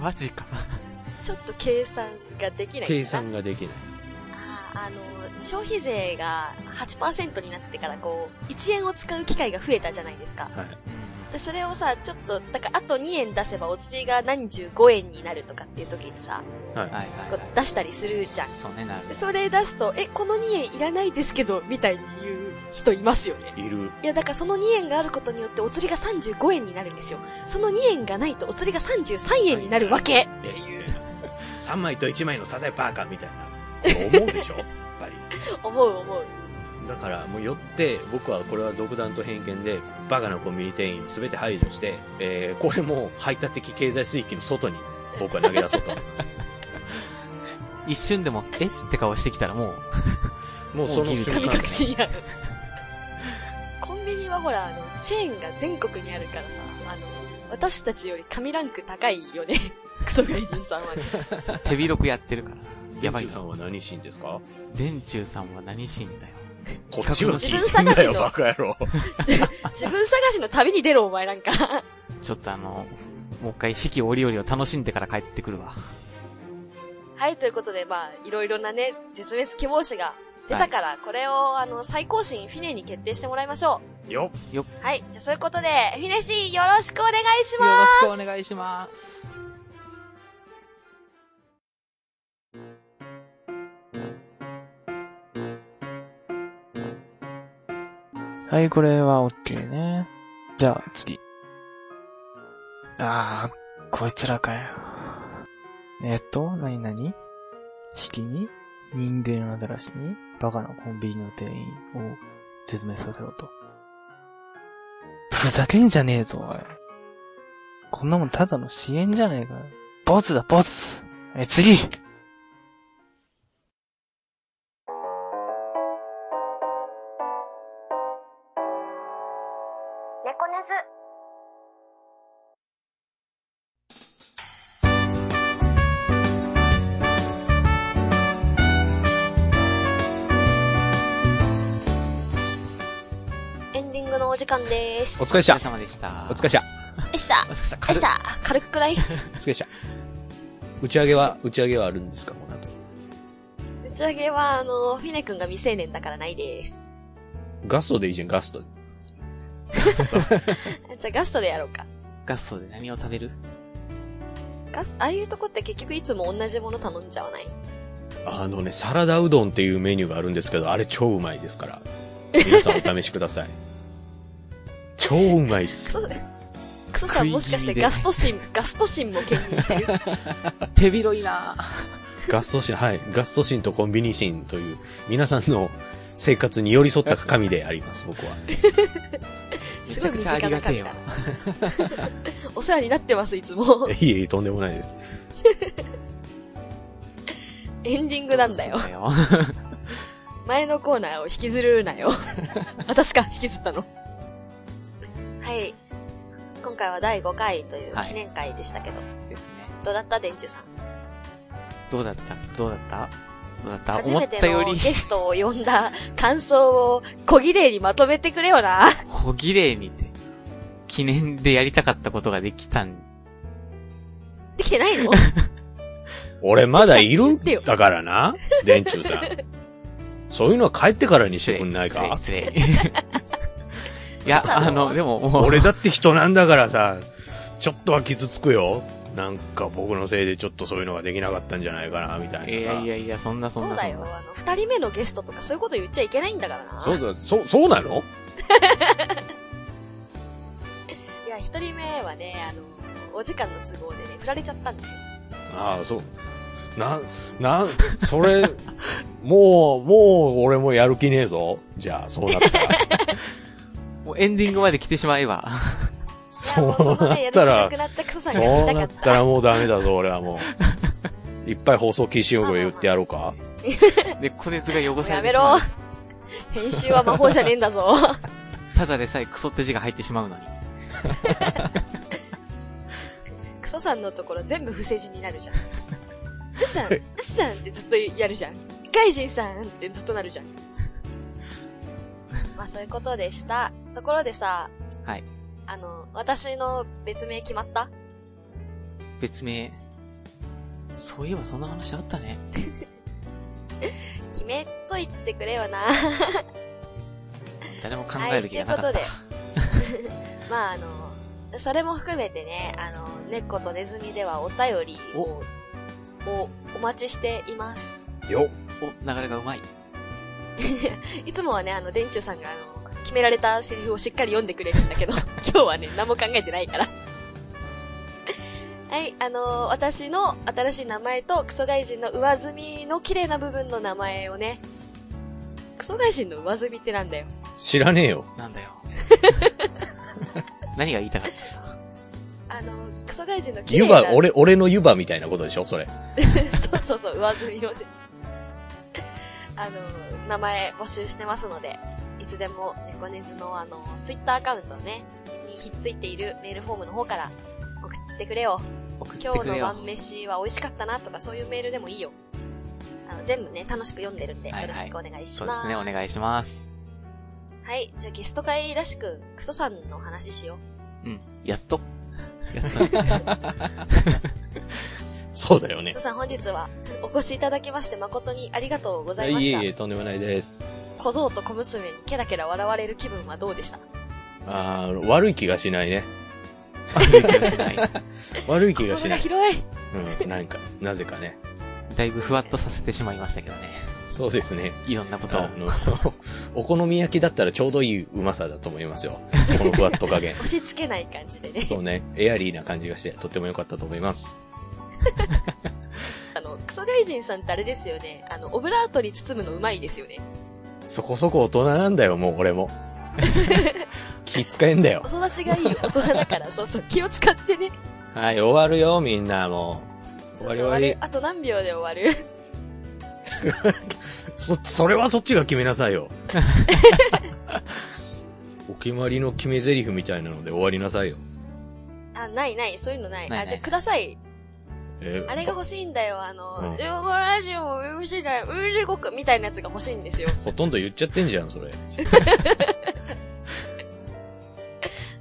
Speaker 1: マジか。 [laughs]
Speaker 3: ちょっと計算ができない。
Speaker 5: 計。算ができない。
Speaker 3: あーあの、消費税が8%になってからこう、1円を使う機会が増えたじゃないですか。
Speaker 5: はい。
Speaker 3: で、それをさ、ちょっと、だからあと2円出せばお釣りが何十5円になるとかっていう時にさ、
Speaker 5: はい。
Speaker 1: はいはいは
Speaker 3: こう
Speaker 1: い。
Speaker 3: 出したりするじゃん。
Speaker 1: そうね、なる
Speaker 3: で。それ出すと、え、この2円いらないですけど、みたいに言う人いますよね。
Speaker 5: いる。
Speaker 3: いや、だからその2円があることによってお釣りが35円になるんですよ。その2円がないとお釣りが33円になるわけっていう、
Speaker 5: 3枚と1枚の差でバカみたいな。思うでしょやっぱり。
Speaker 3: 思う思う。
Speaker 5: だからもうよって僕はこれは独断と偏見でバカなコンビニ店員を全て排除して、えーこれも排他的経済水域の外に僕は投げ出そう [laughs] と思います
Speaker 1: 一瞬でも、えって顔してきたらもう、 [laughs]
Speaker 5: もうその
Speaker 1: もうギリ
Speaker 5: 瞬
Speaker 1: だ
Speaker 5: 間
Speaker 3: 神隠しになる。コンビニはほら、あの、チェーンが全国にあるからさ、あの、私たちより神ランク高いよね。 [laughs] クソ外人さんはね。
Speaker 1: 手広くやってる
Speaker 5: [laughs]
Speaker 1: から。や
Speaker 5: 電
Speaker 1: ばい
Speaker 5: 柱さんは何人ですか
Speaker 1: 電柱さんは何しんだよ。
Speaker 5: こっちを
Speaker 1: 自
Speaker 5: 聞
Speaker 3: 分探
Speaker 5: いてんだ
Speaker 3: しの
Speaker 5: よバカ野郎
Speaker 3: [laughs] 自分探しの旅に出るお前なんか。
Speaker 1: ちょっとあの、もう一回四季折々を楽しんでから帰ってくるわ。
Speaker 3: はい、ということで、まあ、いろいろなね、絶滅希望種が出たから、これを、あの、最高審フィネに決定してもらいましょ
Speaker 5: よ
Speaker 3: う。はい、じゃあそういうことで、フィネシーよろしくお願いし
Speaker 1: よ
Speaker 3: ま
Speaker 1: ろしくお願いします。
Speaker 7: はい、これは OK ね。じゃあ、次。あー、こいつらかよ。えっと、なになに引きに人間アザラシにバカなコンビニの店員を絶滅させろと。ふざけんじゃねえぞ、おい。こんなもんただの支援じゃねえかよ。ボツだ、ボツえ、次
Speaker 2: 猫ねず。
Speaker 3: す。エンディングのお時間でーす。
Speaker 5: お疲れっし
Speaker 1: お疲
Speaker 5: ゃ
Speaker 1: れ様でした。
Speaker 5: お疲れっしゃ
Speaker 3: でした。
Speaker 1: お疲れっした。軽い
Speaker 3: でした。軽くくらい。
Speaker 5: お疲れっしゃ打ち上げは打ち上げはあるんですかこの後
Speaker 3: 打ち上げは、あの、フィネ君が未成年だからないです。
Speaker 5: ガストでいいじゃんガスト
Speaker 3: じゃあガストでやろうか。
Speaker 1: ガストで何を食べる
Speaker 3: ガス、ああいうとこって結局いつも同じもの頼んじゃわない
Speaker 5: あのねサラダうどんっていうメニューがあるんですけどあれ超うまいですから皆さんお試しくださ
Speaker 1: [laughs]
Speaker 5: い超うまいっ
Speaker 3: ク
Speaker 5: す
Speaker 3: ソ、クソさんもしかしてガストシン、ガストシンも兼任して
Speaker 1: [laughs]
Speaker 3: る。
Speaker 1: 手広いな
Speaker 5: ガストシン、はい。ガストシンとコンビニシンという、皆さんの生活に寄り添った神であります、僕は。
Speaker 1: め
Speaker 3: す
Speaker 1: ちゃ
Speaker 3: ごい
Speaker 1: く
Speaker 3: 身
Speaker 1: ちゃあ
Speaker 3: 近
Speaker 1: り
Speaker 3: な
Speaker 1: がてえよ
Speaker 3: 神だ。。お世話になってます、い
Speaker 1: [laughs]
Speaker 3: つも。
Speaker 5: いえいえ、とんでもないです。
Speaker 3: エンディングなんだよ。
Speaker 1: そうだよ。 [laughs]
Speaker 3: 前のコーナーを引きずるなよ。私か、引きずったの。はい。今回は第5回という
Speaker 1: はい
Speaker 3: 記念会でしたけど、
Speaker 1: ですね。
Speaker 3: どうだった電柱さん。
Speaker 1: どうだったどうだったどうだった
Speaker 3: 初
Speaker 1: 思
Speaker 3: め
Speaker 1: ってたよ
Speaker 3: の
Speaker 1: り
Speaker 3: ゲ、ストを呼んだ感想を小綺麗にまとめてくれよな。
Speaker 1: 小綺麗にて、記念でやりたかったことができたん
Speaker 3: できてないの
Speaker 5: 俺まだいる
Speaker 3: 言
Speaker 5: ん
Speaker 3: ってよ
Speaker 5: だか
Speaker 1: [laughs]
Speaker 5: らな、電柱さん。そういうのは帰ってからにし
Speaker 1: 失
Speaker 5: て
Speaker 1: 礼
Speaker 5: くんないか
Speaker 1: 失礼。失礼いや、あの、でももう、
Speaker 5: 俺だって人なんだからさ、ちょっとは傷つくよ。なんか僕のせいでちょっとそういうのができなかったんじゃないかな、みたいなさ。
Speaker 1: いやいやいや、そんなそんな
Speaker 3: そう
Speaker 1: そ
Speaker 3: だ
Speaker 1: んな
Speaker 3: よ。あの、二人目のゲストとかそういうこと言っちゃいけないんだからな。
Speaker 5: そうそう、そう、そうなの
Speaker 3: いや、一人目はね、あの、お時間の都合でね、振られちゃったんですよ。
Speaker 5: ああ、そう。な、な、それ、 [laughs] もう、もう俺もやる気ねえぞ。じゃあ、そうなったら。
Speaker 1: もうエンディングまで来てしまえば。
Speaker 3: いや、もう
Speaker 5: そう
Speaker 3: その
Speaker 5: なっ
Speaker 3: ね、やる気
Speaker 5: た
Speaker 3: な
Speaker 5: ら
Speaker 3: く、なったク [laughs] ソさんが
Speaker 5: そう
Speaker 3: 聞き
Speaker 5: な
Speaker 3: た
Speaker 5: っ
Speaker 3: かった
Speaker 5: た。らもうダメだぞ、俺はもう。いっぱい放送禁止用語言ってやろうか。
Speaker 1: で、小熱が汚
Speaker 3: もう
Speaker 1: さ
Speaker 3: や
Speaker 1: れて
Speaker 3: め
Speaker 1: しま
Speaker 3: ろ
Speaker 1: う。。
Speaker 3: 編集は魔法じゃねえんだぞ。 [laughs]
Speaker 1: ただでさえクソって字が入ってしまうのに。
Speaker 3: クソさんのところ全部不正字になるじゃん。うっさん、うっさんってずっとやるじゃん。外人さんってずっとなるじゃん。まあそういうことでした。ところでさ、
Speaker 1: はい。
Speaker 3: あの、私の別名決まった
Speaker 1: 別名。そういえばそんな話あったね。
Speaker 3: 決めといてくれよな。
Speaker 1: 誰も考える気がなか
Speaker 3: は
Speaker 1: っ
Speaker 3: いと
Speaker 1: た
Speaker 3: いう。 [laughs] まああの、それも含めてね、あの、猫とネズミではお便りを、をお待ちしています。
Speaker 5: よ
Speaker 1: お、流れがうまい。
Speaker 3: いつもはね、あの、電柱さんが、あの、決められたセリフをしっかり読んでくれるん
Speaker 1: [laughs]
Speaker 3: だけど、今日はね、何も考えてないから。はい、あのー私の新しい名前と、クソ外人の上積みの綺麗な部分の名前をね、クソ外人の上積みってなんだよ。
Speaker 5: 知らねえよ。
Speaker 1: なんだよ。何が言いたかった
Speaker 3: あの、クソ外人の綺
Speaker 5: 湯
Speaker 3: 麗な
Speaker 5: 葉、俺、俺の湯葉みたいなことでしょそれ。
Speaker 3: [laughs] そうそうそう、上積みをね。あの、名前募集してますので、いつでも猫根ズのあの、ツイッターアカウントね、にひっついているメールフォームの方から送ってくれよ。
Speaker 1: 送って
Speaker 3: 今日
Speaker 1: くれ
Speaker 3: の
Speaker 1: よ
Speaker 3: 晩。飯は美味しかったなとかそういうメールでもいいよ。あの、全部ね、楽しく読んでるんで、
Speaker 1: はいはい
Speaker 3: よろしくお願いし
Speaker 1: そうで
Speaker 3: ます。
Speaker 1: すね、お願いします。
Speaker 3: はい、じゃあゲスト会らしく、クソさんの話しよ
Speaker 1: うん。やっと。やっ
Speaker 5: そうだ
Speaker 3: う。
Speaker 5: よ
Speaker 3: ク
Speaker 5: ね。
Speaker 3: ソさん本日は [laughs] お越しいただきまして誠にありがとうございま
Speaker 5: い
Speaker 3: した
Speaker 5: え。いえ、とんでもないです。
Speaker 3: 小僧と小娘にケラケラ笑われる気分はどうでした
Speaker 5: あー悪い気がしないね。
Speaker 1: と。しない。
Speaker 5: 悪い気がし
Speaker 3: 心
Speaker 5: な
Speaker 3: が
Speaker 5: い。
Speaker 3: 広い
Speaker 5: うん、なんか、なぜかね。
Speaker 1: だいぶふわっとさせてしまいましたけどね。
Speaker 5: そうですね。
Speaker 1: いろんなことを
Speaker 5: あ。の、お好み焼きだったらちょうどいいうまさだと思います [laughs] よ。このふわっと加減。
Speaker 3: 押し付けない感じでね。
Speaker 5: そうね、エアリーな感じがして、とっても良かったと思います。
Speaker 3: あの、クソ外人さんってあれですよね。あの、オブラートに包むのうまいですよね。
Speaker 5: そこそこ大人なんだよ、もう俺 [laughs] も。気使えんだよ
Speaker 3: お。育ちがいい大人だから、そうそう、気を使ってね。
Speaker 5: はい、終わるよ、みんな、もう。終わり終わ
Speaker 3: そう
Speaker 5: り
Speaker 3: そう。あと何秒で終わる。
Speaker 5: そ、それはそっちが決めなさい [laughs] よ。お決まりの決め台詞みたいなので終わりなさいよ。
Speaker 3: あ、ないない、そういうのない。
Speaker 1: ないない
Speaker 3: あ、じゃあください。
Speaker 5: え
Speaker 3: あれが欲しいんだよ、あ
Speaker 5: う
Speaker 3: の、
Speaker 5: ん
Speaker 3: ヨゴラジオも MC だよ、MC 国みたいなやつが欲しいんですよ。
Speaker 5: ほとんど言っちゃってんじゃん、それ。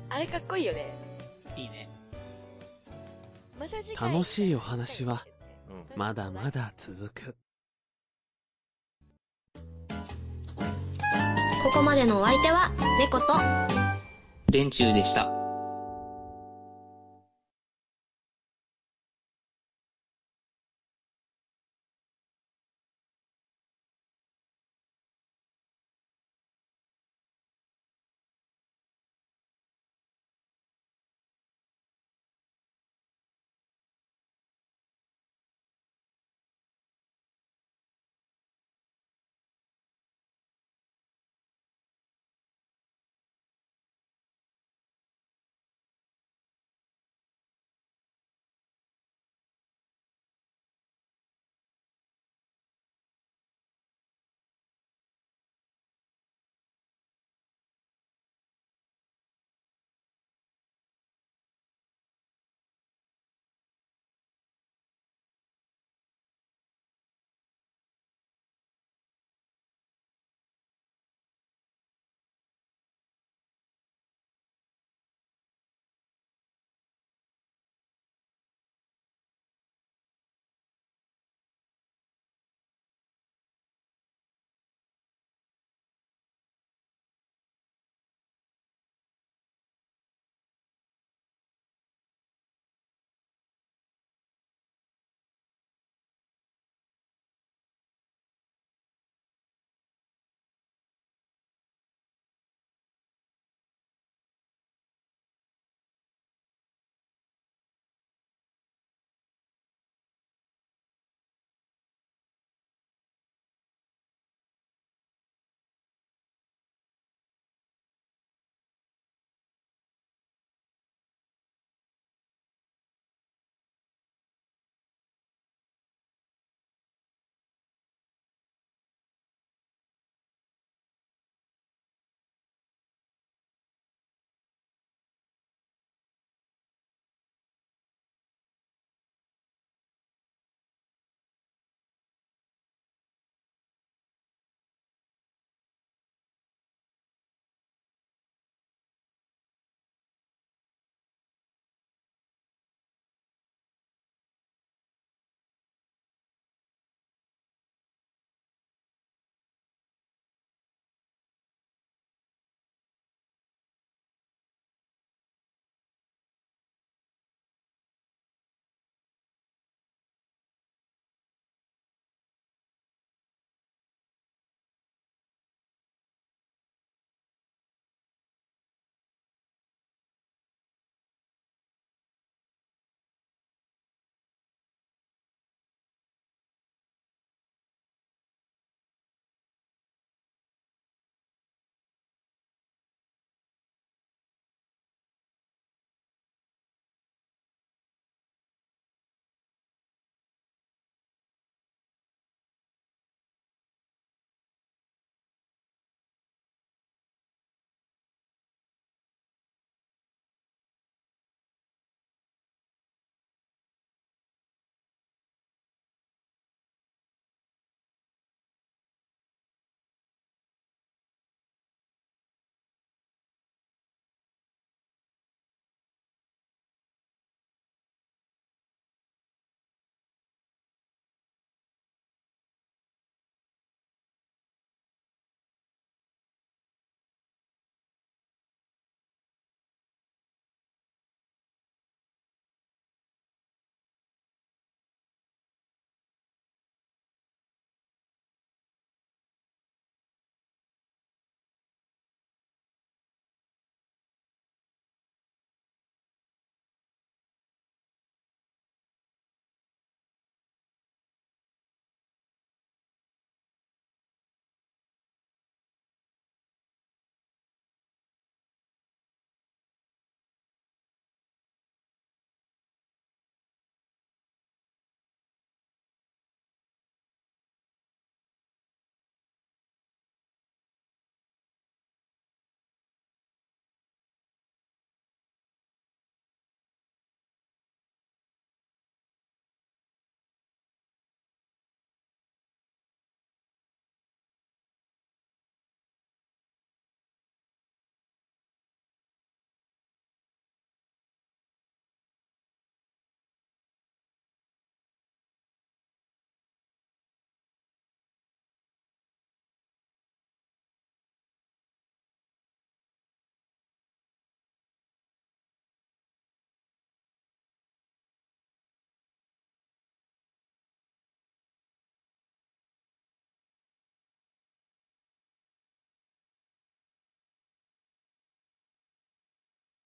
Speaker 3: あれかっこいいよね。
Speaker 1: いいね。
Speaker 3: また次回
Speaker 8: 楽しいお話は、
Speaker 5: う
Speaker 8: まだまだ続く。
Speaker 2: ここまでのお相手は、猫と、
Speaker 6: 連中でした。